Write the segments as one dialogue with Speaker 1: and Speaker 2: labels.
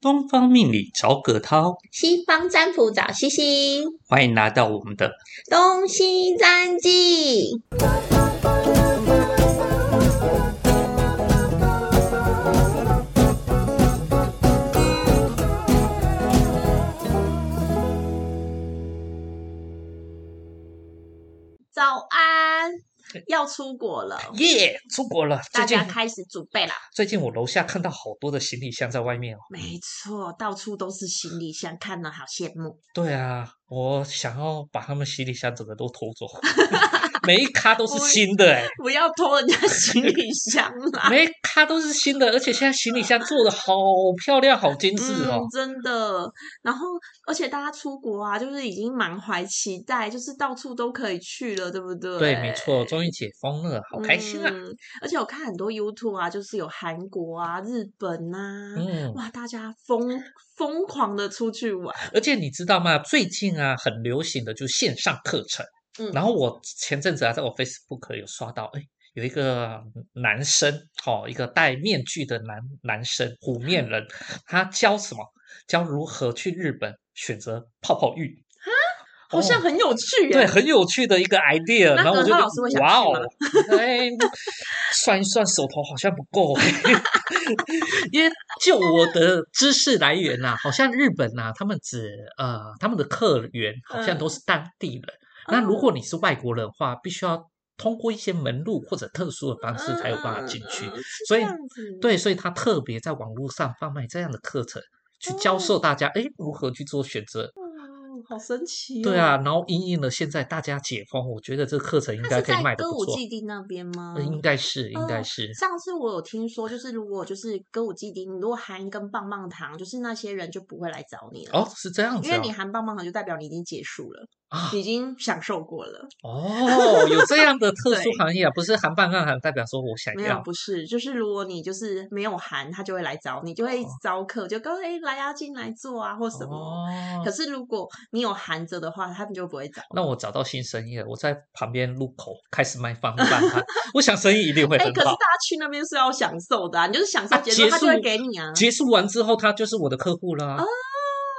Speaker 1: 东方命理找葛涛，
Speaker 2: 西方占卜找西西，
Speaker 1: 欢迎来到我们的
Speaker 2: 东西占记。早安，要出国了，
Speaker 1: 耶出国了。最
Speaker 2: 大
Speaker 1: 近
Speaker 2: 家开始准备啦。
Speaker 1: 最近我楼下看到好多的行李箱在外面哦。
Speaker 2: 没错，到处都是行李箱，看了好羡慕。
Speaker 1: 对啊，我想要把他们行李箱整个都拖 走，每一咖都是新的哎、
Speaker 2: 不要拖人家行李箱啦。
Speaker 1: 每一咖都是新的，而且现在行李箱做的好漂亮，好精致哦
Speaker 2: 嗯，。真的。然后，而且大家出国啊，就是已经满怀期待，就是到处都可以去了，对不对？
Speaker 1: 对，没错，终于解封了，好开心啊！
Speaker 2: 嗯而且我看很多 YouTube 啊，就是有韩国啊、日本啊，
Speaker 1: 嗯，
Speaker 2: 哇，大家疯疯狂的出去玩，
Speaker 1: 而且你知道吗？最近啊，很流行的就是线上课程。
Speaker 2: 嗯
Speaker 1: 然后我前阵子啊，在我 Facebook 有刷到，哎，有一个男生，哦，一个戴面具的男男生，虎面 人，他教什么？教如何去日本选择泡泡浴。
Speaker 2: 好像
Speaker 1: 哦
Speaker 2: 很有趣耶。
Speaker 1: 对，很有趣的一 个 idea，
Speaker 2: 那
Speaker 1: 然后我
Speaker 2: 何
Speaker 1: 就觉得
Speaker 2: 浩老师会想
Speaker 1: 哇
Speaker 2: 去
Speaker 1: 哦
Speaker 2: 吗，
Speaker 1: 哎，算一算手头好像不够欸， 因为就我的知识来源呐、好像日本呐、他们只呃他们的客源好像都是当地人，嗯那如果你是外国人的话，必须要通过一些门路或者特殊的方式才有办法进去，
Speaker 2: 嗯
Speaker 1: 所以，
Speaker 2: 嗯嗯嗯是这样子
Speaker 1: 对，所以他特别在网络上贩卖这样的课程。去教授大家，哎，如何去做选择？
Speaker 2: 嗯好神奇、哦。
Speaker 1: 对啊，，然后因应了现在大家解封，我觉得这个课程应
Speaker 2: 它
Speaker 1: 该
Speaker 2: 是
Speaker 1: 可以卖
Speaker 2: 在
Speaker 1: 的
Speaker 2: 歌
Speaker 1: 不
Speaker 2: 舞
Speaker 1: 错。
Speaker 2: 伎町那边吗
Speaker 1: 呃？应该是，应该
Speaker 2: 嗯
Speaker 1: 是，
Speaker 2: 上次我有听说，就是如果就是歌舞伎町，你如果含一根棒棒糖，就是那些人就不会来找你了。
Speaker 1: 哦，是这样子
Speaker 2: 因
Speaker 1: 啊
Speaker 2: 为你含棒棒糖，就代表你已经结束了，
Speaker 1: 啊
Speaker 2: 你已经享受过了。
Speaker 1: 哦，有这样的特殊
Speaker 2: 对
Speaker 1: 行业啊，不是含半杠含，代表说我想
Speaker 2: 没有，
Speaker 1: 要
Speaker 2: 不是，就是如果你就是没有含，他就会来找你，就会一直招客，就跟哎、来啊，进来坐啊，或什么。
Speaker 1: 哦哦
Speaker 2: 可。是如果你有含着的话，他们就不会找你。
Speaker 1: 那我找到新生意了，我在旁边路口开始卖方饭摊，我想生意一定会
Speaker 2: 哎、
Speaker 1: 很
Speaker 2: 可是大
Speaker 1: 好。
Speaker 2: 家去那边是要享受的、啊，你就是享受
Speaker 1: 啊
Speaker 2: 结
Speaker 1: 结
Speaker 2: 束，他就会
Speaker 1: 束
Speaker 2: 给你啊，哦
Speaker 1: 结束完之后，他就是我的客户啦，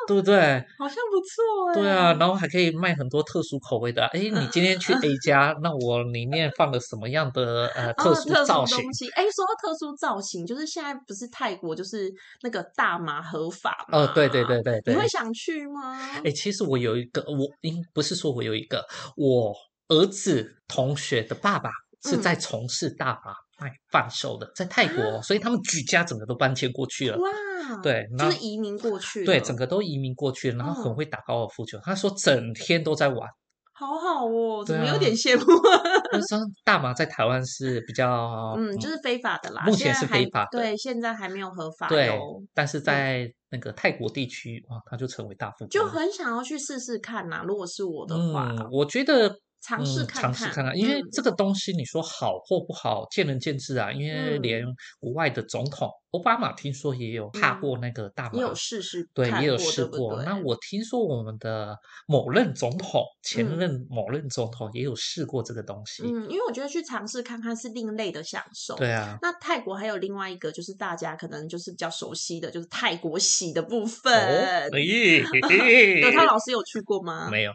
Speaker 1: 对不对？
Speaker 2: 好像不错哎、
Speaker 1: 对啊，然后还可以卖很多特殊口味的啊。哎，你今天 去 A 家，那我里面放了什么样的呃
Speaker 2: 哦，
Speaker 1: 特殊
Speaker 2: 特殊
Speaker 1: 造型？
Speaker 2: 东西，哎，说到特殊造型，就是现在不是泰国就是那个大麻合法嘛？
Speaker 1: 哦，对对对对对。
Speaker 2: 啊你会想去吗？
Speaker 1: 哎、其实我有一个，我应不是说我有一个，我儿子同学的爸爸
Speaker 2: 嗯
Speaker 1: 是在从事大麻卖贩售的，在泰国，哦所以他们举家整个都搬迁过去了。
Speaker 2: 哇，，
Speaker 1: 对，那
Speaker 2: 就是移民过去，
Speaker 1: 对整，个都移民过去了，然后很
Speaker 2: 嗯
Speaker 1: 会打高尔夫球。他说整天都在玩。
Speaker 2: 好好哦，怎
Speaker 1: 对
Speaker 2: 么有
Speaker 1: 啊
Speaker 2: 点羡慕？
Speaker 1: 他说大麻在台湾是比较
Speaker 2: 嗯，就是非法的啦，
Speaker 1: 目
Speaker 2: 现
Speaker 1: 前
Speaker 2: 在
Speaker 1: 是
Speaker 2: 还
Speaker 1: 非法的
Speaker 2: 对，现在还没有合法
Speaker 1: 对
Speaker 2: 哟，嗯
Speaker 1: 但是在那个泰国地区哇，他就成为大富
Speaker 2: 就
Speaker 1: 翁了
Speaker 2: 很想要去试试看呐。如果是我的话，
Speaker 1: 嗯，我觉得
Speaker 2: 尝试
Speaker 1: 嗯
Speaker 2: 看
Speaker 1: 尝试
Speaker 2: 看
Speaker 1: 看看，因为
Speaker 2: 嗯
Speaker 1: 这个东西你说好或不好，见仁见智啊。因为
Speaker 2: 嗯
Speaker 1: 连国外的总统奥巴马听说也有踏
Speaker 2: 嗯
Speaker 1: 过那个大麻，
Speaker 2: 也有试试
Speaker 1: 呃对，
Speaker 2: 看
Speaker 1: 也有
Speaker 2: 过
Speaker 1: 试
Speaker 2: 对不
Speaker 1: 过。那
Speaker 2: 对
Speaker 1: 我听说我们的某任总统，前
Speaker 2: 嗯
Speaker 1: 任某任总统也有试过这个东西。
Speaker 2: 嗯，因为我觉得去尝试看看是另类的享受，
Speaker 1: 对啊，
Speaker 2: 那泰国还有另外一个，就是大家可能就是比较熟悉的，就是泰国喜的部
Speaker 1: 哦，
Speaker 2: 分。
Speaker 1: 咦
Speaker 2: 葛涛老师 有啊去过吗？
Speaker 1: 没有，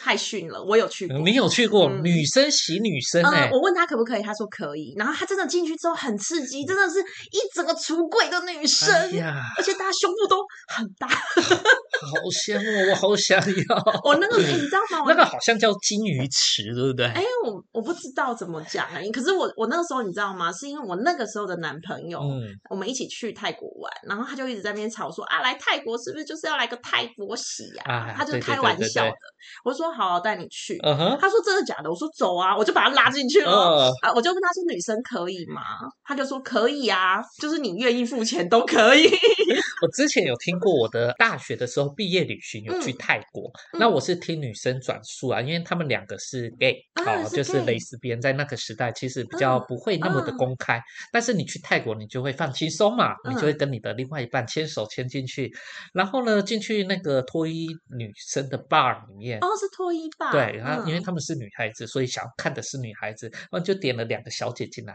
Speaker 2: 太逊了，我有去过。
Speaker 1: 你有去过
Speaker 2: 嗯
Speaker 1: 女生洗女生
Speaker 2: 嗯、
Speaker 1: 哎？
Speaker 2: 我问他可不可以，他说可以。然后他真的进去之后很刺激，真的是一整个橱柜的女生，
Speaker 1: 哎呀，哦
Speaker 2: 而且大家胸部都很大。
Speaker 1: 好羡慕，我好想 要。
Speaker 2: 我那个、哎你知道吗？我
Speaker 1: 那个好像叫金鱼池，对不对？
Speaker 2: 哎、我我不知道怎么讲哎、可是我我那个时候你知道吗？是因为我那个时候的男朋友，
Speaker 1: 嗯，
Speaker 2: 我们一起去泰国玩，然后他就一直在那边吵说啊，来泰国是不是就是要来个泰国洗啊？
Speaker 1: 啊
Speaker 2: 他就
Speaker 1: 对对
Speaker 2: 开
Speaker 1: 对
Speaker 2: 玩
Speaker 1: 对
Speaker 2: 笑
Speaker 1: 对
Speaker 2: 的。我说好，我带你去。
Speaker 1: 嗯哼，
Speaker 2: 他说真的假的？我说走啊，我就把他拉进去了。
Speaker 1: 呃，
Speaker 2: 啊，我就问他说女生可以吗？他就说可以啊，就是你愿意付钱都可以。
Speaker 1: 我之前有听过，我的大学的时候毕业旅行有去
Speaker 2: 嗯
Speaker 1: 泰国，那
Speaker 2: 嗯
Speaker 1: 我是听女生转述啊，因为他们两个是 gay，
Speaker 2: 啊
Speaker 1: 好、
Speaker 2: 是
Speaker 1: 就是蕾
Speaker 2: gay
Speaker 1: 丝边，在那个时代其实比较
Speaker 2: 嗯
Speaker 1: 不会那么的
Speaker 2: 嗯
Speaker 1: 公开，但是你去泰国你就会放轻松嘛，你就会
Speaker 2: 嗯
Speaker 1: 跟你的另外一半牵手牵进去，然后呢进去那个脱衣女生的 bar 里面。
Speaker 2: 哦，是脱衣吧？
Speaker 1: 对，然后因为
Speaker 2: 嗯
Speaker 1: 他们是女孩子，所以想要看的是女孩子，然后就点了两个小姐进来，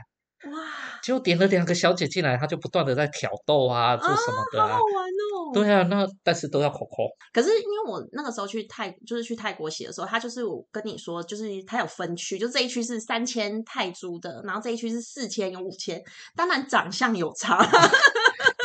Speaker 2: 哇，
Speaker 1: 结果点了两个小姐进来，她就不断的在挑逗啊，做什么的
Speaker 2: 好
Speaker 1: 啊
Speaker 2: 好。玩哦！
Speaker 1: 对啊，那但是都要口口，
Speaker 2: 可是因为我那个时候去泰，就是去泰国洗的时候，他就是我跟你说，就是他有分区，就这一区是三千泰铢的，然后这一区是四千跟五千，当然长相有差，
Speaker 1: 那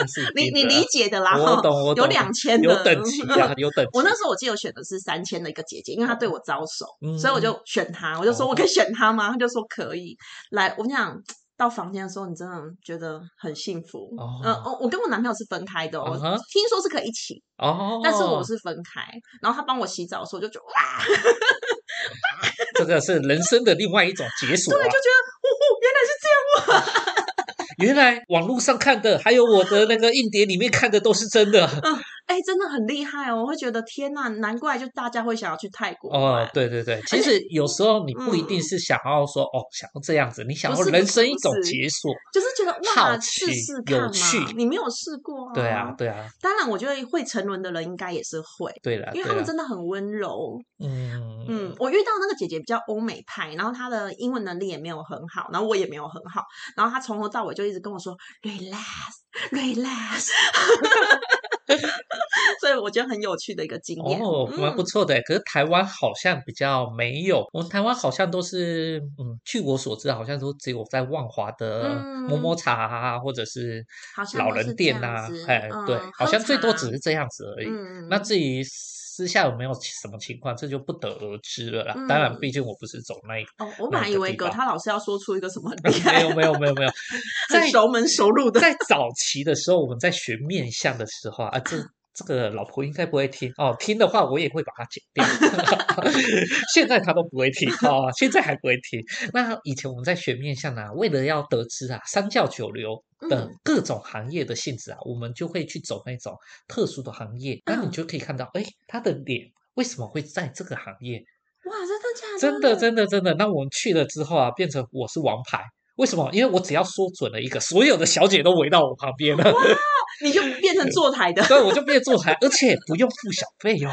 Speaker 1: 哦是一
Speaker 2: 你
Speaker 1: 定
Speaker 2: 你
Speaker 1: 的啊
Speaker 2: 理解的啦，
Speaker 1: 我
Speaker 2: 哈
Speaker 1: 懂我
Speaker 2: 有
Speaker 1: 懂
Speaker 2: 两千的
Speaker 1: 有等级啊，有等级。
Speaker 2: 我那时候我记得我选的是三千的一个姐姐，因为她对我招手，
Speaker 1: 嗯
Speaker 2: 所以我就选她。我就说
Speaker 1: 哦
Speaker 2: 我可以选她吗？她就说可以。来，我跟你讲，到房间的时候，你真的觉得很幸福。
Speaker 1: 哦
Speaker 2: 呃，我我跟我男朋友是分开的哦
Speaker 1: 嗯哼
Speaker 2: 听说是可以一起，
Speaker 1: 哦，
Speaker 2: 但是我是分开。然后他帮我洗澡的时候，我就觉得哇，
Speaker 1: 这个是人生的另外一种解锁
Speaker 2: 对，就
Speaker 1: 啊
Speaker 2: 觉！得哦哦，原来是这样。
Speaker 1: 原来网络上看的，还有我的那个硬碟里面看的都是真的啊
Speaker 2: 哎，真的很厉害哦！我会觉得天呐，难怪就大家会想要去泰国玩
Speaker 1: 哦。对对对，其实有时候你不一定
Speaker 2: 嗯
Speaker 1: 是想要说哦，想要这样子，你想
Speaker 2: 不
Speaker 1: 要
Speaker 2: 是
Speaker 1: 人
Speaker 2: 不是
Speaker 1: 生
Speaker 2: 不
Speaker 1: 一种
Speaker 2: 是
Speaker 1: 解锁，
Speaker 2: 就是觉得
Speaker 1: 好
Speaker 2: 哇，试
Speaker 1: 奇
Speaker 2: 试
Speaker 1: 有
Speaker 2: 看嘛
Speaker 1: 趣，
Speaker 2: 你没有试过
Speaker 1: 对啊，对啊，
Speaker 2: 当然，我觉得会沉沦的人应该也是会，
Speaker 1: 对了，
Speaker 2: 因为
Speaker 1: 啊对
Speaker 2: 他们
Speaker 1: 啦
Speaker 2: 真的很温柔。
Speaker 1: 嗯
Speaker 2: 嗯，我遇到那个姐姐比较欧美派，然后她的英文能力也没有很好，然后我也没有很好，然后她从头到尾就一直跟我说 relax relax，所以我觉得很有趣的一个经验。
Speaker 1: 哦，蛮不
Speaker 2: 嗯
Speaker 1: 错的。可是台湾好像比较没有，我们台湾好像都是，嗯，据我所知，好像都只有在万华的摸摸茶啊，或者是
Speaker 2: 嗯好像
Speaker 1: 老
Speaker 2: 都
Speaker 1: 人
Speaker 2: 是
Speaker 1: 店
Speaker 2: 这样
Speaker 1: 啊
Speaker 2: 子，
Speaker 1: 哎，对
Speaker 2: 嗯，
Speaker 1: 好
Speaker 2: 喝
Speaker 1: 像最多
Speaker 2: 茶
Speaker 1: 只是这样子而已。
Speaker 2: 嗯，
Speaker 1: 那至于私下有没有什么情况，这就不得而知了啦。当然，
Speaker 2: 嗯
Speaker 1: 毕竟我不是走那一个，
Speaker 2: 哦，我
Speaker 1: 那
Speaker 2: 本来
Speaker 1: 个
Speaker 2: 以为
Speaker 1: 地
Speaker 2: 葛
Speaker 1: 方
Speaker 2: 他老师要说出一个什 么很厉害
Speaker 1: 没有，没有没有没有，在
Speaker 2: 很熟门熟路的，
Speaker 1: 在早期的时候，我们在学面相的时候啊，啊这这个老婆应该不会听哦，听的话我也会把它剪掉。 现在她都不会听哦，现在还不会听。那以前我们在学面相啊，为了要得知啊三教九流的
Speaker 2: 嗯
Speaker 1: 各种行业的性质啊，我们就会去走那种特殊的行业，那你
Speaker 2: 嗯
Speaker 1: 就可以看到，哎，他的脸。为什么会在这个行业？
Speaker 2: 哇，真的 假的？
Speaker 1: 真的，真的，真的。那我们去了之后啊，变成我是王牌。为什么？因为我只要说准了一个，所有的小姐都围到我旁边了。
Speaker 2: 你就变成坐台的，好
Speaker 1: 对，我就变坐台，而且不用付小费哦。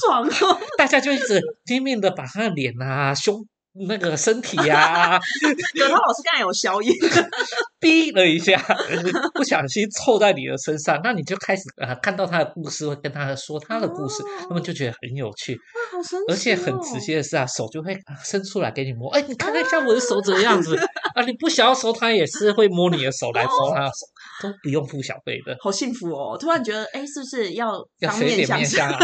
Speaker 2: 爽哦！
Speaker 1: 大家就一直拼命的把他的脸啊、胸、那个身体呀、啊、
Speaker 2: 葛他老师刚才有 消音，
Speaker 1: 逼了一下， 不小心凑在你的身上，那你就开始啊、呃看到他的故事，会跟他说他的故事，他们就觉得很有趣，
Speaker 2: 哇，好神奇、哦！
Speaker 1: 而且很直。接的是啊，手就会啊伸出来给你摸。哎，你看一下我的手怎么样子啊？你不想要手，他也是会摸你的手
Speaker 2: 哦
Speaker 1: 来摸他的手，都不用付小费的。
Speaker 2: 好幸福哦！突然觉得，哎，是不是要
Speaker 1: 要
Speaker 2: 当
Speaker 1: 学一
Speaker 2: 面
Speaker 1: 点
Speaker 2: 相
Speaker 1: 面
Speaker 2: 亲？
Speaker 1: 相啊！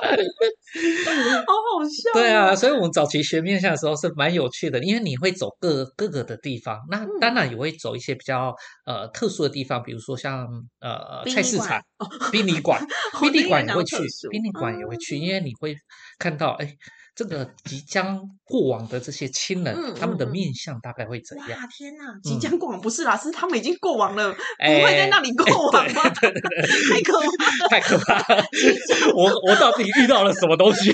Speaker 2: 好 好笑、哦。
Speaker 1: 对 啊，，所以我们早期学面相的时候是蛮有趣的，因为你会走各各个的地方，那
Speaker 2: 嗯
Speaker 1: 当然也会走一些比较呃特殊的地方，比如说像呃
Speaker 2: 殡
Speaker 1: 菜
Speaker 2: 仪
Speaker 1: 市
Speaker 2: 馆
Speaker 1: 场、殡仪馆
Speaker 2: 哦、
Speaker 1: 殡
Speaker 2: 那
Speaker 1: 仪
Speaker 2: 个
Speaker 1: 馆也
Speaker 2: 也蛮
Speaker 1: 会去
Speaker 2: 特殊，
Speaker 1: 殡仪馆也
Speaker 2: 哦
Speaker 1: 会去，因为你会看到哎，这个即将过往的这些亲人，
Speaker 2: 嗯
Speaker 1: 他们的
Speaker 2: 嗯嗯
Speaker 1: 面相大概会怎
Speaker 2: 嗯。
Speaker 1: 样？
Speaker 2: 哇，天哪！即将过往、不是啦，是他们已经过往了，不会
Speaker 1: 哎
Speaker 2: 在那里过往吗？太可怕了！
Speaker 1: 太可怕了！我我到底遇到了什么东西？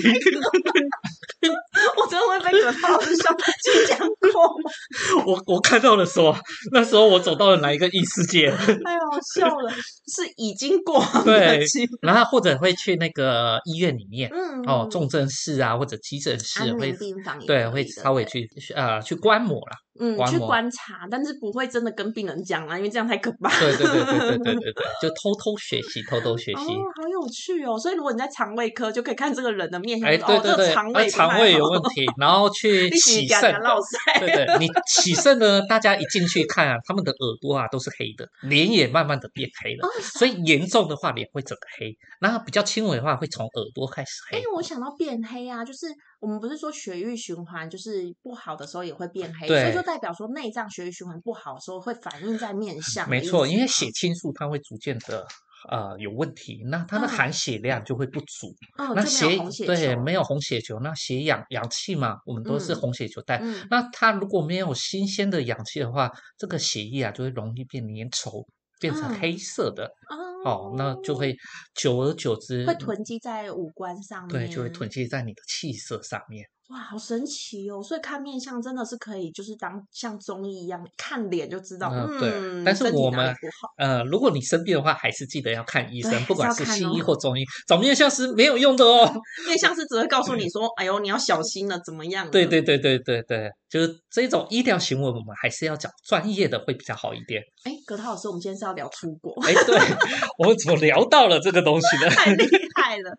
Speaker 2: 我真的会被葛大老师笑。即将过往，
Speaker 1: 我我看到了什么？那时候我走到了哪一个异世界？
Speaker 2: 太好笑了，是已经过往
Speaker 1: 对
Speaker 2: 的期。
Speaker 1: 然后或者会去那个医院里面、
Speaker 2: 嗯，
Speaker 1: 哦，重症室啊或者急诊室
Speaker 2: 安
Speaker 1: 会
Speaker 2: 宁病房也
Speaker 1: 对
Speaker 2: 可
Speaker 1: 会
Speaker 2: 以的
Speaker 1: 稍微去呃去观摩啦。
Speaker 2: 嗯
Speaker 1: 观
Speaker 2: 去
Speaker 1: 摩
Speaker 2: 观察，但是不会真的跟病人讲啊啦，因为这样太可怕。
Speaker 1: 对对对对对对对对，就偷偷学习，偷偷学习。
Speaker 2: 哦，好有趣哦！所以如果你在肠胃科，就可以看这个人的面相，
Speaker 1: 哎，
Speaker 2: 说
Speaker 1: 对
Speaker 2: 哦，
Speaker 1: 对
Speaker 2: 这个
Speaker 1: 对，
Speaker 2: 肠
Speaker 1: 哎
Speaker 2: 胃
Speaker 1: 肠胃有问题，然 后去
Speaker 2: 洗
Speaker 1: 洗
Speaker 2: 牙
Speaker 1: 肾
Speaker 2: 牙
Speaker 1: 的
Speaker 2: 落腮。
Speaker 1: 对对，你起肾呢，大家一进去看啊，他们的耳朵啊都是黑的，脸也慢慢的变黑
Speaker 2: 哦
Speaker 1: 了，所以严重的话脸会整个黑，然后比较轻微的话会从耳朵开始
Speaker 2: 哎
Speaker 1: 黑。，
Speaker 2: 我想到变黑啊，就是我们不是说血液循环就是不好的时候也会变黑，所
Speaker 1: 对
Speaker 2: 以就代表说内脏血液循环不好的时候会反映在面相的意
Speaker 1: 没
Speaker 2: 思吗。
Speaker 1: 错，因为血清素它会逐渐的呃有问题，那它的
Speaker 2: 嗯
Speaker 1: 含血量就会不足，
Speaker 2: 嗯，
Speaker 1: 那
Speaker 2: 就没
Speaker 1: 血
Speaker 2: 有红血
Speaker 1: 对
Speaker 2: 球
Speaker 1: 没有红血球，那血氧氧气嘛，我们都是
Speaker 2: 嗯
Speaker 1: 红血球带。
Speaker 2: 嗯，
Speaker 1: 那它如果没有新鲜的氧气的话，这个血液啊就会容易变粘稠，变成
Speaker 2: 嗯
Speaker 1: 黑色的、哦
Speaker 2: 哦，，
Speaker 1: 那就会久而久之
Speaker 2: 会囤积在五官上面，
Speaker 1: 对，就会囤积在你的气色上面。
Speaker 2: 哇，好神奇哦！所以看面相真的是可以，就是当像中医一样看脸就知道，
Speaker 1: 嗯
Speaker 2: 嗯，
Speaker 1: 对但是
Speaker 2: 身体
Speaker 1: 我
Speaker 2: 哪里
Speaker 1: 们
Speaker 2: 不好，
Speaker 1: 呃，如果你生病的话，还是记得要看医
Speaker 2: 对
Speaker 1: 生，
Speaker 2: 还
Speaker 1: 不管
Speaker 2: 是
Speaker 1: 是
Speaker 2: 要看
Speaker 1: 西
Speaker 2: 哦嗯
Speaker 1: 医或中医，找面相师没有用的哦。
Speaker 2: 面相是只会告诉你说，哎呦，你要小心了，怎么样？
Speaker 1: 嗯对，对对对对对，就是这种医疗行为，我们还是要找专业的会比较好一点。
Speaker 2: 哎，葛涛老师，我们今天是要聊出国，
Speaker 1: 哎，对 我们怎么聊到了这个东西呢？
Speaker 2: 太厉害了！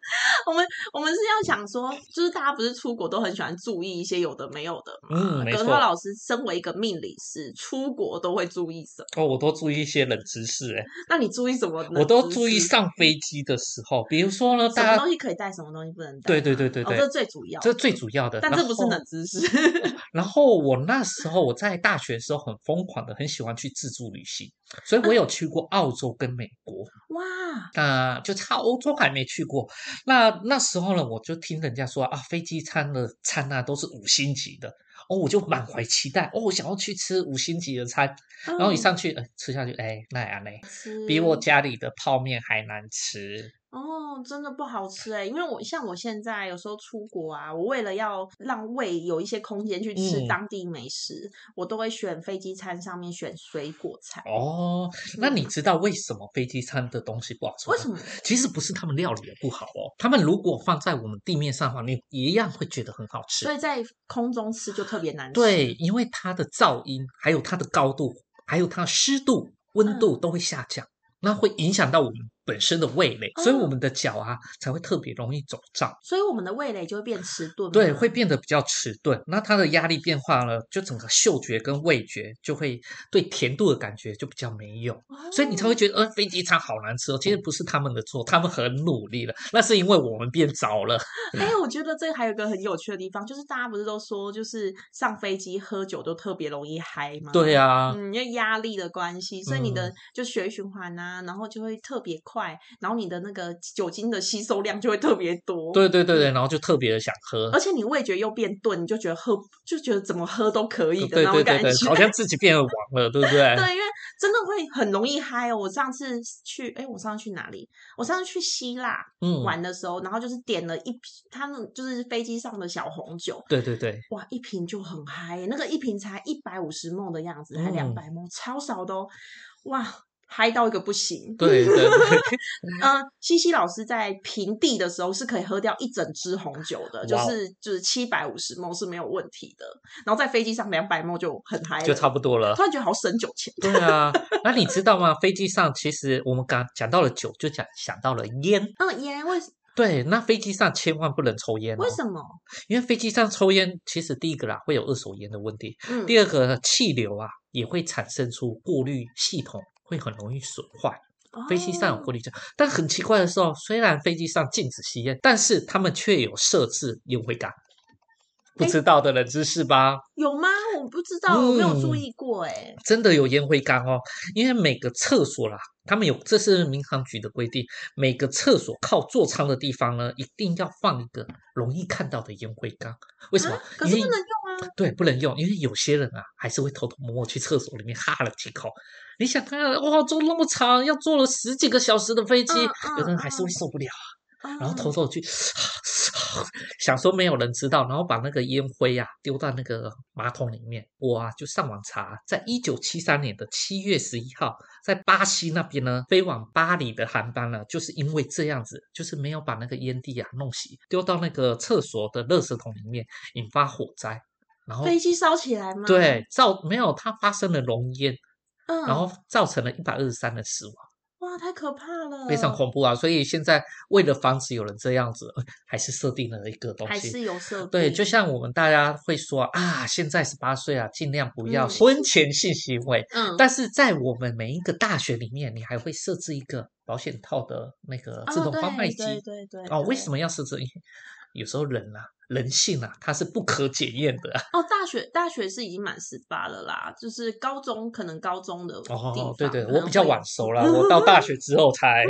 Speaker 2: 我们我们是要想说，就是大家不是出国都很喜欢注意一些有的没有的嘛？
Speaker 1: 嗯，没
Speaker 2: 葛
Speaker 1: 错
Speaker 2: 涛。老师身为一个命理师，出国都会注意什么？
Speaker 1: 哦，我都注意一些冷知识，哎，
Speaker 2: 那你注意什么呢？
Speaker 1: 我都
Speaker 2: 就是
Speaker 1: 注意
Speaker 2: 什
Speaker 1: 上飞机的时候，比如说呢，
Speaker 2: 么
Speaker 1: 大家
Speaker 2: 东西可以带，什么东西不能带。
Speaker 1: 对对对对
Speaker 2: 哦，
Speaker 1: 对，
Speaker 2: 这最主要。
Speaker 1: 这最主要的。
Speaker 2: 但
Speaker 1: 然
Speaker 2: 这不是
Speaker 1: 后
Speaker 2: 冷知识，
Speaker 1: 然后我那时候我在大学的时候很疯狂的，很喜欢去自助旅行，所
Speaker 2: 嗯
Speaker 1: 以我有去过澳洲跟美国，
Speaker 2: 哇！
Speaker 1: 那就差欧洲还没去过。那那时候呢，我就听人家说啊，飞机餐的餐啊都是五星级的。哦，我就满怀期待哦，我想要去吃五星级的餐，然后一
Speaker 2: 嗯
Speaker 1: 上去，呃，吃下去，哎，那样嘞，
Speaker 2: 吃
Speaker 1: 比我家里的泡面还难吃。
Speaker 2: 哦，真的不好吃哎、因为我像我现在有时候出国啊，我为了要让胃有一些空间去吃
Speaker 1: 嗯
Speaker 2: 当地美食，我都会选飞机餐上面选水果餐。
Speaker 1: 哦，那
Speaker 2: 嗯
Speaker 1: 你知道为什么飞机餐的东西不好吃吗？
Speaker 2: 为什么？
Speaker 1: 其实不是他们料理的不好哦，他们如果放在我们地面上的话，你一样会觉得很好吃
Speaker 2: 所。以在空中吃就特别难吃。
Speaker 1: 对，因为它的噪音，还有它的高度，还有它的湿度、温
Speaker 2: 嗯
Speaker 1: 度都会下降，那会影响到我们本身的味蕾，所以我
Speaker 2: 哦嗯
Speaker 1: 们的脚啊才会特别容易肿胀，
Speaker 2: 所以我们的味蕾就会变迟钝。
Speaker 1: 对，会。变得比较迟钝。那它的压力变化呢，就整个嗅觉跟味觉就会对甜度的感觉就比较没有。所以你才会
Speaker 2: 哦
Speaker 1: 觉得，呃，飞机餐好难吃哦。其实不是他们的错，他们很努力了，那是因为我们变早了。
Speaker 2: 哎、我觉得这个还有一个很有趣的地方，就是大家不是都说，就是上飞机喝酒都特别容易嗨吗？
Speaker 1: 对啊，
Speaker 2: 嗯，因为压力的关系，所以你的
Speaker 1: 嗯
Speaker 2: 就血液循环啊，然后就会特别快，然后你的那个酒精的吸收量就会特别多。，
Speaker 1: 对对对对，然后就特别的想喝
Speaker 2: 而，且你味觉又变钝，你就觉得喝就觉得怎么喝都可以
Speaker 1: 嗯对
Speaker 2: 的
Speaker 1: 对
Speaker 2: 那种
Speaker 1: 对
Speaker 2: 感
Speaker 1: 对
Speaker 2: 觉。
Speaker 1: 对，好 像自己变了王了，对不对？
Speaker 2: 对，因为真的会很容易嗨哦。我上次去，哎，我上次去哪里？我上次去希腊
Speaker 1: 嗯，
Speaker 2: 玩的时候，然后就是点了一瓶，他们就是飞机上的小红酒，
Speaker 1: 对对对，
Speaker 2: 哇，一瓶就很嗨耶，那个一瓶才一百五十梦的样子，还两
Speaker 1: 嗯
Speaker 2: 百梦，超少的哦，哇，嗨到一个不行。
Speaker 1: 对啊对对，
Speaker 2: 嗯，西西老师在平地的时候是可以喝掉一整支红酒的，就
Speaker 1: 哇哦
Speaker 2: 是就是七百五十梦是没有问题的，然后在飞机上两百梦就很嗨了，
Speaker 1: 就差不多了
Speaker 2: 突。然觉得好省酒钱。
Speaker 1: 对啊，那你知道吗？飞机上其实我们刚讲到了酒，就讲想到了烟。
Speaker 2: 嗯，耶， 为
Speaker 1: 对，那飞机上千万不能抽烟哦
Speaker 2: 为，什么？
Speaker 1: 因为飞机上抽烟，其实第一个啦会有二手烟的问题，
Speaker 2: 嗯，
Speaker 1: 第二个呢气流啊也会产生出过滤系统，会很容易损坏。飞机上有
Speaker 2: 哦
Speaker 1: 过滤站，但很奇怪的是哦，虽然飞机上禁止吸烟，但是他们却有设置烟灰缸。不
Speaker 2: 诶
Speaker 1: 知道的冷知识吧，
Speaker 2: 有吗？我不知道，我没有注
Speaker 1: 嗯
Speaker 2: 意过，哎，
Speaker 1: 真的有烟灰缸哦，因为每个厕所啦，他们有这是民航局的规定，每个厕所靠座舱的地方呢，一定要放一个容易看到的烟灰缸。为什么？
Speaker 2: 啊，可是
Speaker 1: 因
Speaker 2: 不
Speaker 1: 为
Speaker 2: 能用啊，
Speaker 1: 对，不能用，因为有些人啊，还是会偷偷摸摸去厕所里面哈了几口。你想看，哇，坐那么长，要坐了十几个小时的飞机，
Speaker 2: 嗯
Speaker 1: 有的人
Speaker 2: 嗯
Speaker 1: 还是会受不了，然后
Speaker 2: 嗯
Speaker 1: 偷偷地去， 想说没有人知道，然后把那个烟灰啊丢到那个马桶里面。我啊就上网查，在一九七三年的七月十一号，在巴西那边呢，飞往巴黎的航班呢，就是因为这样子，就是没有把那个烟蒂啊弄洗，丢到那个厕所的垃圾桶里面，引发火灾。然后
Speaker 2: 飞机烧起来吗？，
Speaker 1: 对，造没有它发生了浓烟，
Speaker 2: 嗯，
Speaker 1: 然后造成了一百二十三人死亡，
Speaker 2: 哇，太可怕了，
Speaker 1: 非常恐怖啊！所以现在为了防止有人这样子，还是设定了一个东
Speaker 2: 还
Speaker 1: 西。
Speaker 2: 是嗯有设定，
Speaker 1: 对，就像我们大家会说啊，现在十八岁啊，尽量不要
Speaker 2: 嗯
Speaker 1: 婚前性行为。
Speaker 2: 嗯，
Speaker 1: 但是在我们每一个大学里面，你还会设置一个保险套的那个自
Speaker 2: 哦
Speaker 1: 动贩卖
Speaker 2: 对
Speaker 1: 机
Speaker 2: 对对对，
Speaker 1: 哦。为什
Speaker 2: 么？
Speaker 1: 么要设置？因为有时候人啊，人性啊，它是不可检验的啊。
Speaker 2: 哦，大学大学是已经满十八了啦，就是高中可能高中的地方
Speaker 1: 哦，对对，
Speaker 2: 可
Speaker 1: 我
Speaker 2: 能
Speaker 1: 比较
Speaker 2: 会
Speaker 1: 晚熟啦，我到大学之后 才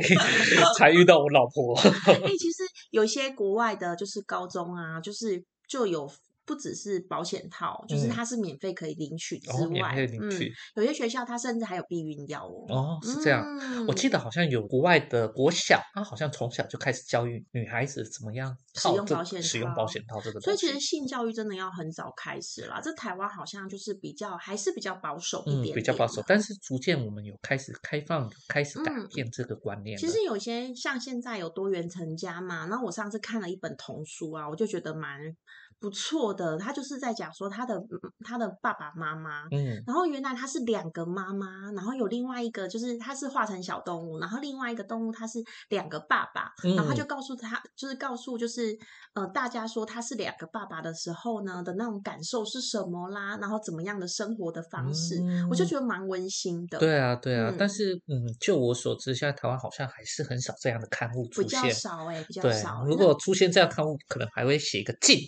Speaker 1: 才遇到我老婆。
Speaker 2: 哎、其实有一些国外的，就是高中啊，就是就有不只是保险套，就是
Speaker 1: 嗯
Speaker 2: 它是免费可以领取之
Speaker 1: 然后免
Speaker 2: 外，
Speaker 1: 费领
Speaker 2: 嗯，
Speaker 1: 取。
Speaker 2: 有些学校它甚至还有避孕药哦。
Speaker 1: 哦，是这样。
Speaker 2: 嗯
Speaker 1: 我记得好像有国外的国小，他好像从小就开始教育女孩子怎么样
Speaker 2: 使
Speaker 1: 靠
Speaker 2: 用
Speaker 1: 这
Speaker 2: 保
Speaker 1: 个
Speaker 2: 险
Speaker 1: 使用保
Speaker 2: 套
Speaker 1: 险套这个
Speaker 2: 所
Speaker 1: 东
Speaker 2: 以
Speaker 1: 西。
Speaker 2: 其实性教育真的要很早开始啦，这台湾好像就是比较还是比较保守一
Speaker 1: 嗯，
Speaker 2: 点点、
Speaker 1: 比较保守，。但是逐渐我们有开始开放，有开始改
Speaker 2: 嗯
Speaker 1: 变这个观念了。
Speaker 2: 其实有些像现在有多元成家嘛，然后我上次看了一本童书啊，我就觉得蛮不错的。他就是在讲说他的嗯他的爸爸妈妈，
Speaker 1: 嗯，
Speaker 2: 然后原来他是两个妈妈，然后有另外一个就是他是化成小动物，然后另外一个动物他是两个爸爸，然后他
Speaker 1: 嗯
Speaker 2: 就告诉他，就是告诉就是呃大家说他是两个爸爸的时候呢的那种感受是什么啦，然后怎么样的生活的方式，我就
Speaker 1: 嗯
Speaker 2: 觉得蛮温馨的，
Speaker 1: 对啊，对啊。但
Speaker 2: 嗯
Speaker 1: 是，嗯，就我所知，现在台湾好像还是很少这样的刊物
Speaker 2: 比
Speaker 1: 出
Speaker 2: 较
Speaker 1: 现。
Speaker 2: 少哎、比较
Speaker 1: 对
Speaker 2: 少。，
Speaker 1: 如
Speaker 2: 那
Speaker 1: 果出现这样的刊物，可能还会写一个 禁，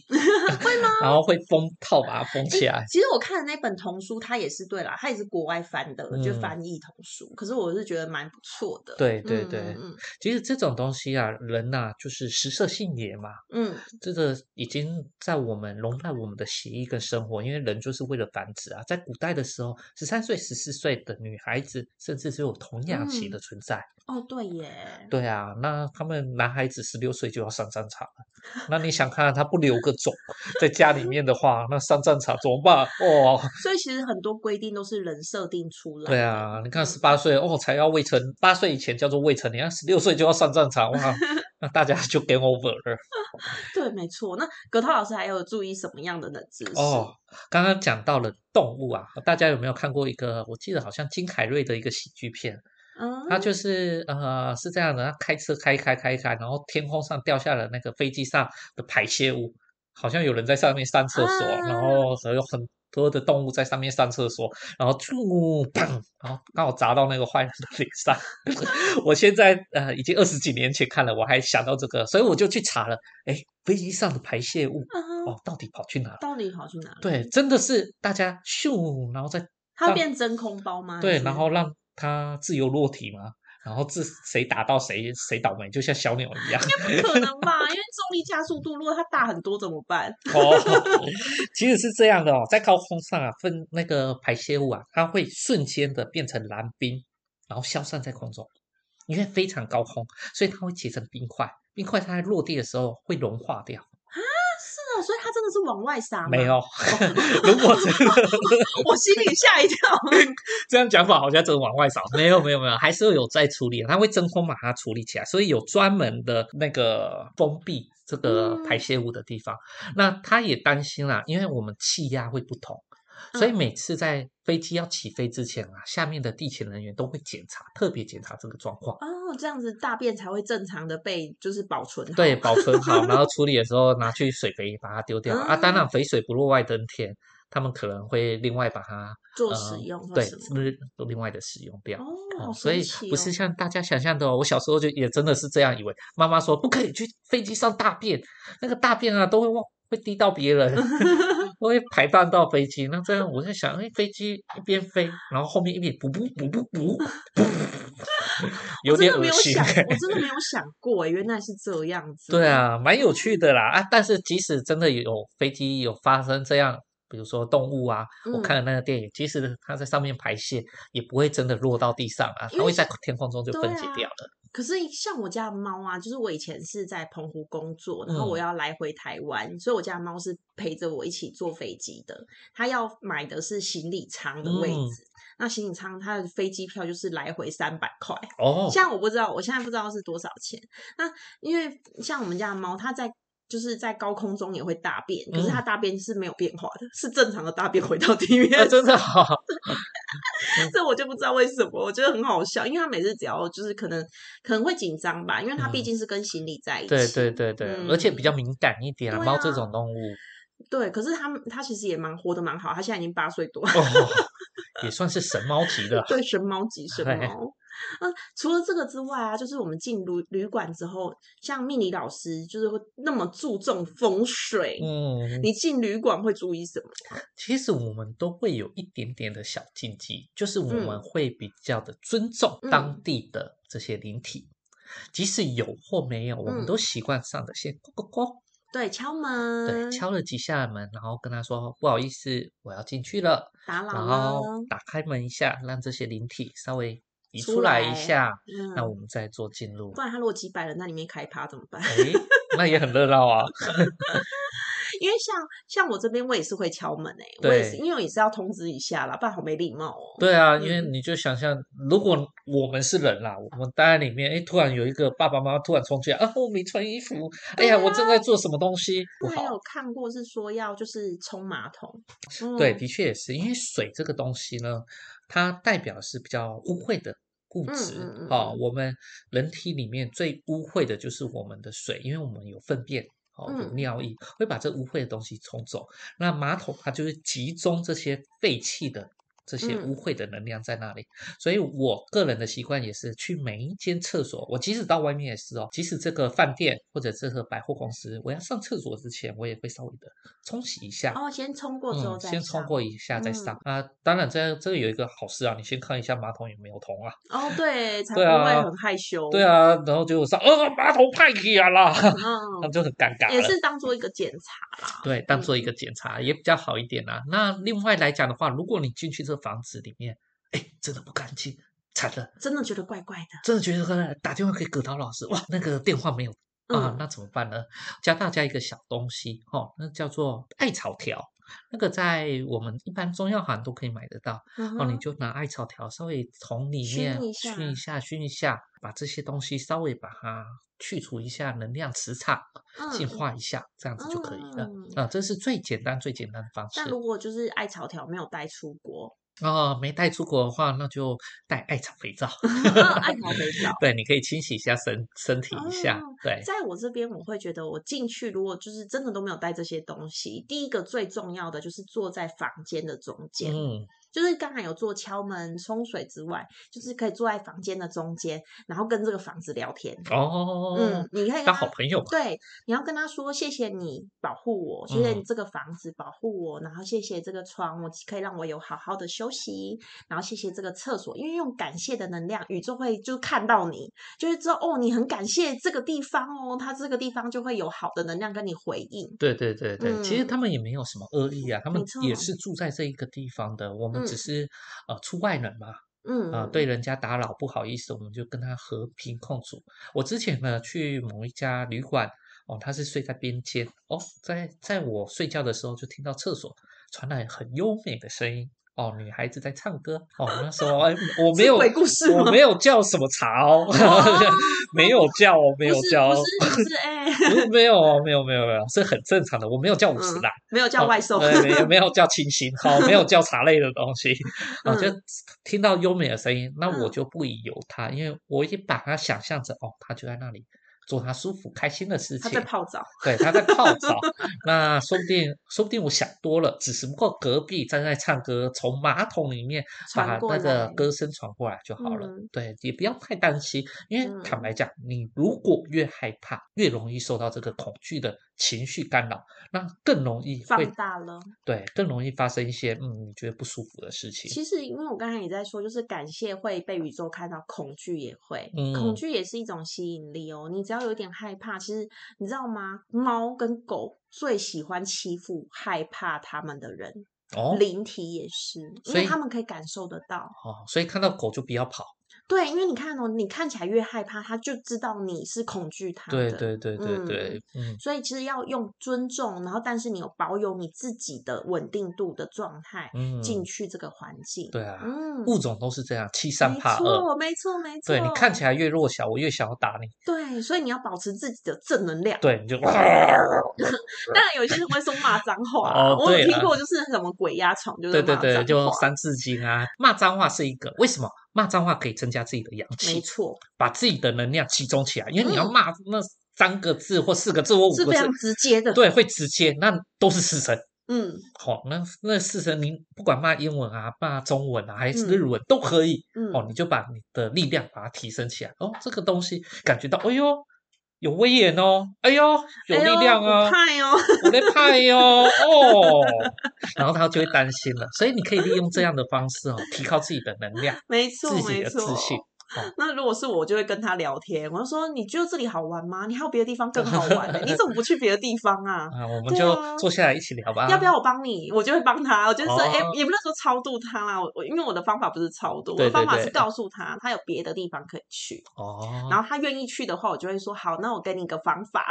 Speaker 1: 会吗？ 然后会封套把它封起来。
Speaker 2: 其实我看的那本童书，它也是对啦，它也是国外翻的，就
Speaker 1: 嗯
Speaker 2: 翻译童书。可是我是觉得蛮不错的。
Speaker 1: 对对
Speaker 2: 嗯
Speaker 1: 对
Speaker 2: 嗯
Speaker 1: 其实这种东西啊，人呐、就是食色性也嘛，
Speaker 2: 嗯嗯
Speaker 1: 这个已经在我们笼罩我们的血液跟生活，因为人就是为了繁殖啊。在古代的时候，十三岁、十四岁的女孩子，甚至是有童养媳
Speaker 2: 嗯
Speaker 1: 的存在。
Speaker 2: 哦，对耶，
Speaker 1: 对啊，那他们男孩子十六岁就要上战场了，那你想看看他不留个种在家里面的话，那上战场怎么办？哦，
Speaker 2: 所以其实很多规定都是人设定出来的。
Speaker 1: 对啊，你看
Speaker 2: 嗯
Speaker 1: 十八岁哦才要未成，八岁以前叫做未成年，啊十六岁就要上战场 哇，那大家就 game over 了。
Speaker 2: 对，没错。那葛涛老师还有注意什么样的冷知识？
Speaker 1: 哦，刚刚讲到了动物啊，大家有没有看过一个？我记得好像金凯瑞的一个喜剧片，
Speaker 2: 嗯，
Speaker 1: 他就是呃是这样的，他开车开一开开一开，然后天空上掉下了那个飞机上的排泄物，好像有人在上面上厕所，然
Speaker 2: 啊
Speaker 1: 后还有很多的动物在上面上厕所，然后噗砰，然后刚好砸到那个坏人的脸上。 我现在呃已经二十几年前看了，我还想到这个，所以我就去查了，哎，飞机上的排泄物
Speaker 2: 啊哈，
Speaker 1: 哦到底跑去哪了？
Speaker 2: 到底跑去哪里？
Speaker 1: 对，真的是大家咻，然后再
Speaker 2: 它会变真空包吗？还
Speaker 1: 对，
Speaker 2: 是
Speaker 1: 然后让它自由落体嘛，然后自谁打到谁谁倒霉，就像小鸟一样。
Speaker 2: 不可能吧？因为重力加速度，如果它大很多怎么办？
Speaker 1: 哦，其实是这样的哦，在高空上啊，分那个排泄物啊，它会瞬间的变成蓝冰，然后消散在空中，因为非常高空，所以它会结成冰块。冰块它在落地的时候会融化掉，
Speaker 2: 是哦，所以它真的是往外撒吗
Speaker 1: 没，有。 如果真的
Speaker 2: 我心里吓一跳。
Speaker 1: 这样讲法好像真的往外扫，没有没有没有，还是会有在处理，它会真空把它处理起来，所以有专门的那个封闭这个排泄物的地方。那他也担心啦，因为我们气压会不同，所以
Speaker 2: 嗯
Speaker 1: 每次在飞机要起飞之前啊，下面的地勤人员都会检查，特别检查这个状况。
Speaker 2: 哦，这样子大便才会正常的被就是保存好。
Speaker 1: 对，保存 好，然后处理的时候拿去水肥把它丢掉、啊。当然，肥水不落外登天，他们可能会另外把它
Speaker 2: 做
Speaker 1: 呃
Speaker 2: 使用或
Speaker 1: 对，
Speaker 2: 什
Speaker 1: 是
Speaker 2: 么
Speaker 1: 不是都另外的使用掉？
Speaker 2: 哦，好
Speaker 1: 哦，所
Speaker 2: 神
Speaker 1: 以
Speaker 2: 奇哦！
Speaker 1: 不是像大家想象的哦。我小时候就也真的是这样以为，妈妈说不可以去飞机上大便，那个大便啊都会往会滴到别人， 会排放到飞机。那这样我在想，哎，飞机一边飞，然后后面一边补补补补 补，有
Speaker 2: 我真
Speaker 1: 点
Speaker 2: 的没
Speaker 1: 恶
Speaker 2: 有
Speaker 1: 心
Speaker 2: 想，
Speaker 1: 欸。
Speaker 2: 我真的没有想过，原来是这样子。
Speaker 1: 对，啊，蛮有趣的啦啊！但是即使真的有飞机有发生这样，比如说动物啊，我
Speaker 2: 嗯
Speaker 1: 看了那个电影，即使它在上面排泄，也不会真的落到地上啊，
Speaker 2: 因
Speaker 1: 它
Speaker 2: 为
Speaker 1: 会在天空中就
Speaker 2: 对
Speaker 1: 分解
Speaker 2: 啊
Speaker 1: 掉了。
Speaker 2: 可是像我家的猫啊，就是我以前是在澎湖工作，然后我
Speaker 1: 嗯
Speaker 2: 要来回台湾，所以我家的猫是陪着我一起坐飞机的。它要买的是行李舱的位置，
Speaker 1: 嗯
Speaker 2: 那行李舱它的飞机票就是来回三百块。
Speaker 1: 哦，
Speaker 2: 现在我不知道，我现在不知道是多少钱。那因为像我们家的猫，它在就是在高空中也会大便，可是
Speaker 1: 嗯
Speaker 2: 它大便是没有变化的，是正常的大便回到地 面
Speaker 1: 啊，真的好、
Speaker 2: 这我就不知道为什么，我觉得很好笑，因为他每次只要就是可能可能会紧张吧，因为他毕
Speaker 1: 嗯
Speaker 2: 竟是跟行李在一起，
Speaker 1: 对对对对，而且比较敏感一点啊，
Speaker 2: 对
Speaker 1: 猫这
Speaker 2: 啊
Speaker 1: 种 动物
Speaker 2: 对可是他们他其实也蛮活得蛮好，他现在已经八岁多，。
Speaker 1: 哦，也算是神猫级的
Speaker 2: 对神猫级神
Speaker 1: 嘿
Speaker 2: 猫。嗯，除了这个之外啊，就是我们进旅旅馆之后，像命理老师就是会那么注重风水，
Speaker 1: 嗯，
Speaker 2: 你进旅馆会注意什么？
Speaker 1: 其实我们都会有一点点的小禁忌，就是我
Speaker 2: 嗯
Speaker 1: 们会比较的尊重当
Speaker 2: 嗯
Speaker 1: 地的这些灵体，即使有或没有，我们
Speaker 2: 嗯
Speaker 1: 都习惯上的先咕咕咕，
Speaker 2: 对，敲门，
Speaker 1: 对，敲了几下门，然后跟他说不好意思，我要进去了，
Speaker 2: 打扰
Speaker 1: 然后
Speaker 2: 了，
Speaker 1: 打开门一下，让这些灵体稍微移
Speaker 2: 出
Speaker 1: 出来
Speaker 2: 来
Speaker 1: 一下，那
Speaker 2: 嗯，
Speaker 1: 我们再做进入
Speaker 2: 不。然他如果几百人在里面开趴怎么办？
Speaker 1: 诶，那也很热闹啊。
Speaker 2: 因为像像我这边我也是会敲门诶、我也是
Speaker 1: 对
Speaker 2: 因为我也是要通知一下啦，不然好没礼貌哦、
Speaker 1: 对啊，因为
Speaker 2: 嗯
Speaker 1: 你就想象，如果我们是人啦，我们待在里面，哎，突然有一个爸爸妈妈突然冲进来，啊，我没穿衣服，哎呀，
Speaker 2: 对
Speaker 1: 我
Speaker 2: 啊
Speaker 1: 正在做什么东西，不
Speaker 2: 还
Speaker 1: 好。
Speaker 2: 有看过是说要就是冲马桶，嗯、
Speaker 1: 对，的确也是，因为水这个东西呢，它代表是比较污秽的物
Speaker 2: 嗯
Speaker 1: 质
Speaker 2: 嗯嗯
Speaker 1: 哦
Speaker 2: 嗯。
Speaker 1: 我们人体里面最污秽的就是我们的水，因为我们有粪便。哦，有
Speaker 2: 嗯
Speaker 1: 尿液会把这污秽的东西冲走，那马桶它就是集中这些废弃的这些
Speaker 2: 嗯
Speaker 1: 污秽的能量在那里。所以我个人的习惯也是去每一间厕所，我即使到外面也是哦，即使这个饭店或者这个百货公司，我要上厕所之前，我也会稍微的冲洗一下。
Speaker 2: 哦，先冲过之后
Speaker 1: 嗯、
Speaker 2: 再、嗯
Speaker 1: 先冲。过一下再上、啊。当然这这个有一个好事啊，你先看一下马桶有没有通啊。
Speaker 2: 哦，对，才不
Speaker 1: 对啊
Speaker 2: 会很害羞。
Speaker 1: 对，啊，然后结果上，哦，马桶派去啊啦，那
Speaker 2: 嗯，
Speaker 1: 就很尴尬了。
Speaker 2: 也是嗯当做一个检查啦。
Speaker 1: 对，当做一个检查也比较好一点啦、那另外来讲的话，如果你进去这房子里面，哎，真的不干净，惨了，
Speaker 2: 真的觉得怪怪的。
Speaker 1: 真的觉得刚才打电话给葛涛老师，哇，那个电话没有啊，
Speaker 2: 嗯，
Speaker 1: 那怎么办呢？教大家一个小东西哦，那叫做艾草条，那个在我们一般中药行都可以买得到。
Speaker 2: 嗯
Speaker 1: 哦，你
Speaker 2: 哼
Speaker 1: 就拿艾草条稍微从里
Speaker 2: 熏
Speaker 1: 面
Speaker 2: 一
Speaker 1: 熏一下，熏一下，把这些东西稍微把它去除一下能量磁场，净
Speaker 2: 嗯
Speaker 1: 化一下，这样子就可以了。
Speaker 2: 嗯
Speaker 1: 啊，这是最简单最简单的方式
Speaker 2: 但。如果就是艾草条没有带出 国，
Speaker 1: 哦，没带出国的话，那就带艾草肥皂。
Speaker 2: 嗯艾草肥皂。
Speaker 1: 对，你可以清洗一下身身体一下。
Speaker 2: 哦
Speaker 1: 对，
Speaker 2: 在我这边，我会觉得我进去如果就是真的都没有带这些东西，第一个最重要的就是坐在房间的中间，
Speaker 1: 嗯，
Speaker 2: 就是刚才有做敲门、冲水之外，就是可以坐在房间的中间，然后跟这个房子聊天。
Speaker 1: 哦，
Speaker 2: 嗯，你可以跟
Speaker 1: 当
Speaker 2: 他
Speaker 1: 好朋友嘛。
Speaker 2: 对，你要跟他说谢谢你保护我，谢谢
Speaker 1: 嗯
Speaker 2: 你这个房子保护我，然后谢谢这个床，我可以让我有好好的休息，然后谢谢这个厕所，因为用感谢的能量，宇宙会就看到你，就是知道哦，你很感谢这个地方哦，它这个地方就会有好的能量跟你回应。
Speaker 1: 对对对对，其实他们也没有什么恶意啊，他们
Speaker 2: 嗯没错
Speaker 1: 也是住在这一个地方的，我们只
Speaker 2: 嗯
Speaker 1: 是、呃出外人嘛，
Speaker 2: 嗯，
Speaker 1: 啊，对，人家打扰不好意思，我们就跟他和平共处。我之前呢去某一家旅馆，哦，他是睡在边间，哦，在在我睡觉的时候就听到厕所传来很优美的声音，哦，女孩子在唱歌，哦，那时候哎，我没
Speaker 2: 是
Speaker 1: 有
Speaker 2: 鬼故事
Speaker 1: 我
Speaker 2: 吗？
Speaker 1: 没有叫什么茶哦， 没有叫哦，没有
Speaker 2: 不是
Speaker 1: 叫哦，
Speaker 2: 不是不是，哎、
Speaker 1: 没有哦没有没有没有，是很正常的，我没有叫五十
Speaker 2: 嗯
Speaker 1: 啦。
Speaker 2: 没有叫
Speaker 1: 哦
Speaker 2: 外送。
Speaker 1: 对，也没有叫清新，好，没有叫茶类的东西，我、就
Speaker 2: 嗯
Speaker 1: 听到优美的声音，那我
Speaker 2: 嗯
Speaker 1: 就不疑有他，因为我也把他想象着，哦，他就在那里做他舒服开心的事
Speaker 2: 他
Speaker 1: 情
Speaker 2: 在，泡澡，
Speaker 1: 对，他在泡澡，那说不定，说不定我想多了，只是不过隔壁正在唱歌，从马桶里面把
Speaker 2: 传过
Speaker 1: 那个
Speaker 2: 来
Speaker 1: 歌声传过来就好了。
Speaker 2: 嗯
Speaker 1: 对，也不要太担心，因为坦
Speaker 2: 嗯
Speaker 1: 白讲，你如果越害怕，越容易受到这个恐惧的情绪干扰，那更容易会
Speaker 2: 放大了。
Speaker 1: 对，更容易发生一些嗯你觉得不舒服的事情。
Speaker 2: 其实，因为我刚才也在说，就是感谢会被宇宙看到，恐惧也会，恐
Speaker 1: 嗯
Speaker 2: 惧也是一种吸引力哦。你只要有一点害怕，其实你知道吗？猫跟狗最喜欢欺负害怕它们的人，
Speaker 1: 哦
Speaker 2: 灵体也是，因
Speaker 1: 所以
Speaker 2: 为它们可以感受得到。
Speaker 1: 哦，所以看到狗就不要跑。
Speaker 2: 对，因为你看哦，你看起来越害怕，它就知道你是恐惧它
Speaker 1: 对
Speaker 2: 的。
Speaker 1: 对对对
Speaker 2: 嗯
Speaker 1: 对，嗯
Speaker 2: 所以其实要用尊重，然后但是你有保有你自己的稳定度的状态、
Speaker 1: 嗯，
Speaker 2: 进去这个环境。
Speaker 1: 对啊
Speaker 2: 嗯，
Speaker 1: 物种都是这样，欺善
Speaker 2: 没
Speaker 1: 怕恶。
Speaker 2: 错，没错，没错。
Speaker 1: 对你看起来越弱小，我越想要打你。
Speaker 2: 对，所以你要保持自己的正能量。
Speaker 1: 对，你 就
Speaker 2: 当然，有些人会说骂脏话啊、
Speaker 1: 哦
Speaker 2: 我
Speaker 1: 对
Speaker 2: 有听
Speaker 1: 啦
Speaker 2: 过，就是什么鬼压床，就是
Speaker 1: 对对
Speaker 2: 骂
Speaker 1: 对，
Speaker 2: 脏
Speaker 1: 就
Speaker 2: 话
Speaker 1: 三字经啊，骂脏话是一个。为什么骂脏话可以增加自己的阳
Speaker 2: 没
Speaker 1: 气，
Speaker 2: 错，
Speaker 1: 把自己的能量集中起来？因为你要
Speaker 2: 嗯
Speaker 1: 骂那三个字或四个字或五
Speaker 2: 是
Speaker 1: 个
Speaker 2: 非常
Speaker 1: 字，
Speaker 2: 直接的。，
Speaker 1: 对，会直接，那都是四声。
Speaker 2: 嗯
Speaker 1: 好、那那四声，你不管骂英文啊，骂中文啊，还是
Speaker 2: 嗯
Speaker 1: 日文、都可以。
Speaker 2: 嗯，
Speaker 1: 哦，你就把你的力量把它提升起来。哦，这个东西感觉到，哎呦，有威严哦，哎呦，有
Speaker 2: 哎
Speaker 1: 力
Speaker 2: 呦
Speaker 1: 量
Speaker 2: 我
Speaker 1: 啊，
Speaker 2: 怕哟。
Speaker 1: 我在怕哟， 哦，然后他就会担心了。所以你可以利用这样的方式哦，提高自己的能量，
Speaker 2: 没
Speaker 1: 自
Speaker 2: 错，
Speaker 1: 己
Speaker 2: 没
Speaker 1: 的
Speaker 2: 错
Speaker 1: 自。信。
Speaker 2: 那如果是我，我就会跟他聊天，我就说你觉得这里好玩吗？你还有别的地方更好玩、 欸，你怎么不去别的地方啊？
Speaker 1: 啊，我们
Speaker 2: 对
Speaker 1: 就
Speaker 2: 啊
Speaker 1: 坐下来一起聊吧。
Speaker 2: 要不要？我帮你？我就会帮他，我就是哎、
Speaker 1: 哦
Speaker 2: 也不能说超度他啦，我我因为我的方法不是超度，我啊
Speaker 1: 对
Speaker 2: 的方
Speaker 1: 对
Speaker 2: 法
Speaker 1: 对
Speaker 2: 是告诉他他有别的地方可以去，
Speaker 1: 哦，
Speaker 2: 然后他愿意去的话，我就会说好，那我给你一个方 法，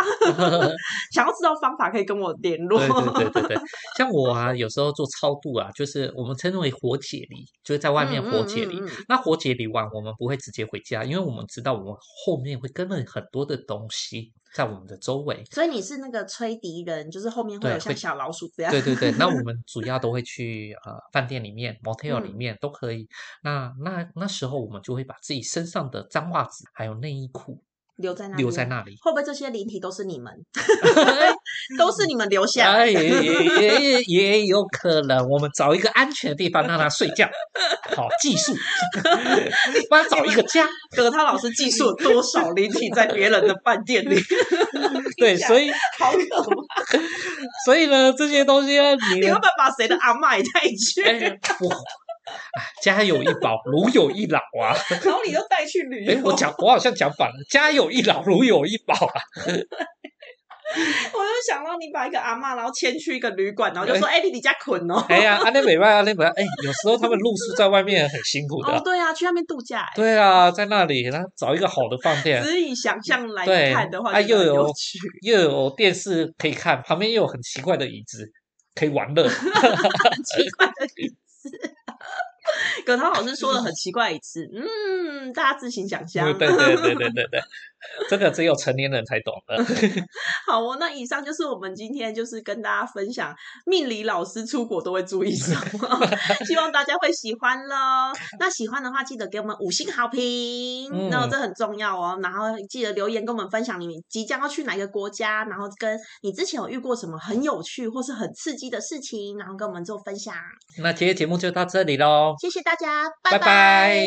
Speaker 2: 想要知道方法可以跟我联络。
Speaker 1: 对 对对对对，像我啊，有时候做超度啊，就是我们称为活解离，就是在外面活解离。
Speaker 2: 嗯嗯嗯嗯
Speaker 1: 那活解离完，我们不会直接回家，因为我们知道我们后面会跟了很多的东西在我们的周 围。
Speaker 2: 所以你是那个吹笛人，就是后面会
Speaker 1: 对
Speaker 2: 有像
Speaker 1: 会
Speaker 2: 小老鼠这样。
Speaker 1: 对对对，那 我们主要都会去呃饭店里面、motel 里
Speaker 2: 嗯
Speaker 1: 面都可以。那那那时候我们就会把自己身上的脏袜子还有内衣裤
Speaker 2: 留在那
Speaker 1: 留
Speaker 2: 边
Speaker 1: 在那里。
Speaker 2: 会不会这些灵体都是你们， 都是你们留下
Speaker 1: 哎，
Speaker 2: 来
Speaker 1: 也
Speaker 2: 的？
Speaker 1: 也也也有可能，我们找一个安全的地方让他睡觉，好寄宿， 帮他找一个 家。
Speaker 2: 葛涛老师技术有多少灵体在别人的饭店 里？
Speaker 1: 对，所
Speaker 2: 以
Speaker 1: 以
Speaker 2: 好可怕！
Speaker 1: 所以呢，这些东西 呢，你
Speaker 2: 你会不会把谁的阿嬷也带去？
Speaker 1: 哎，我哎，家有一宝，如有一老啊。
Speaker 2: 然后你就带去旅
Speaker 1: 哎，
Speaker 2: 游？
Speaker 1: 我讲，我好像讲反了，家有一老，如有一宝啊。
Speaker 2: 我就想到你把一个阿嬷，然后牵去一个旅馆，然后就说：“哎，你你家捆哦。
Speaker 1: 哎呀，阿内美外，阿内美外，哎，有时候他们露宿在外面很辛”苦
Speaker 2: 哦，
Speaker 1: 的。
Speaker 2: 对啊，去那边度假。
Speaker 1: 对啊，在那里，然后找一个好的饭店，
Speaker 2: 只以想象来
Speaker 1: 对
Speaker 2: 看的话，
Speaker 1: 啊
Speaker 2: 觉得
Speaker 1: 又
Speaker 2: 很
Speaker 1: 有
Speaker 2: 趣。
Speaker 1: 又有电视可以看，旁边又有很奇怪的椅子可以玩乐。
Speaker 2: 很奇怪的椅子。 葛涛老师说了很奇怪的椅子，嗯，大家自行想象。
Speaker 1: 对对对对对对，这个只有成年人才懂的。
Speaker 2: 好哦，那以上就是我们今天就是跟大家分享命理老师出国都会注意什么， 希望大家会喜欢喽。那喜欢的话，记得给我们五星好评，
Speaker 1: 嗯
Speaker 2: 那、这很重要哦。然后记得留言跟我们分享你即将要去哪一个国家，然后跟你之前有遇过什么很有趣或是很刺激的事情，然后跟我们做分享。
Speaker 1: 那今天节目就到这里喽，
Speaker 2: 谢谢大家，
Speaker 1: 拜拜。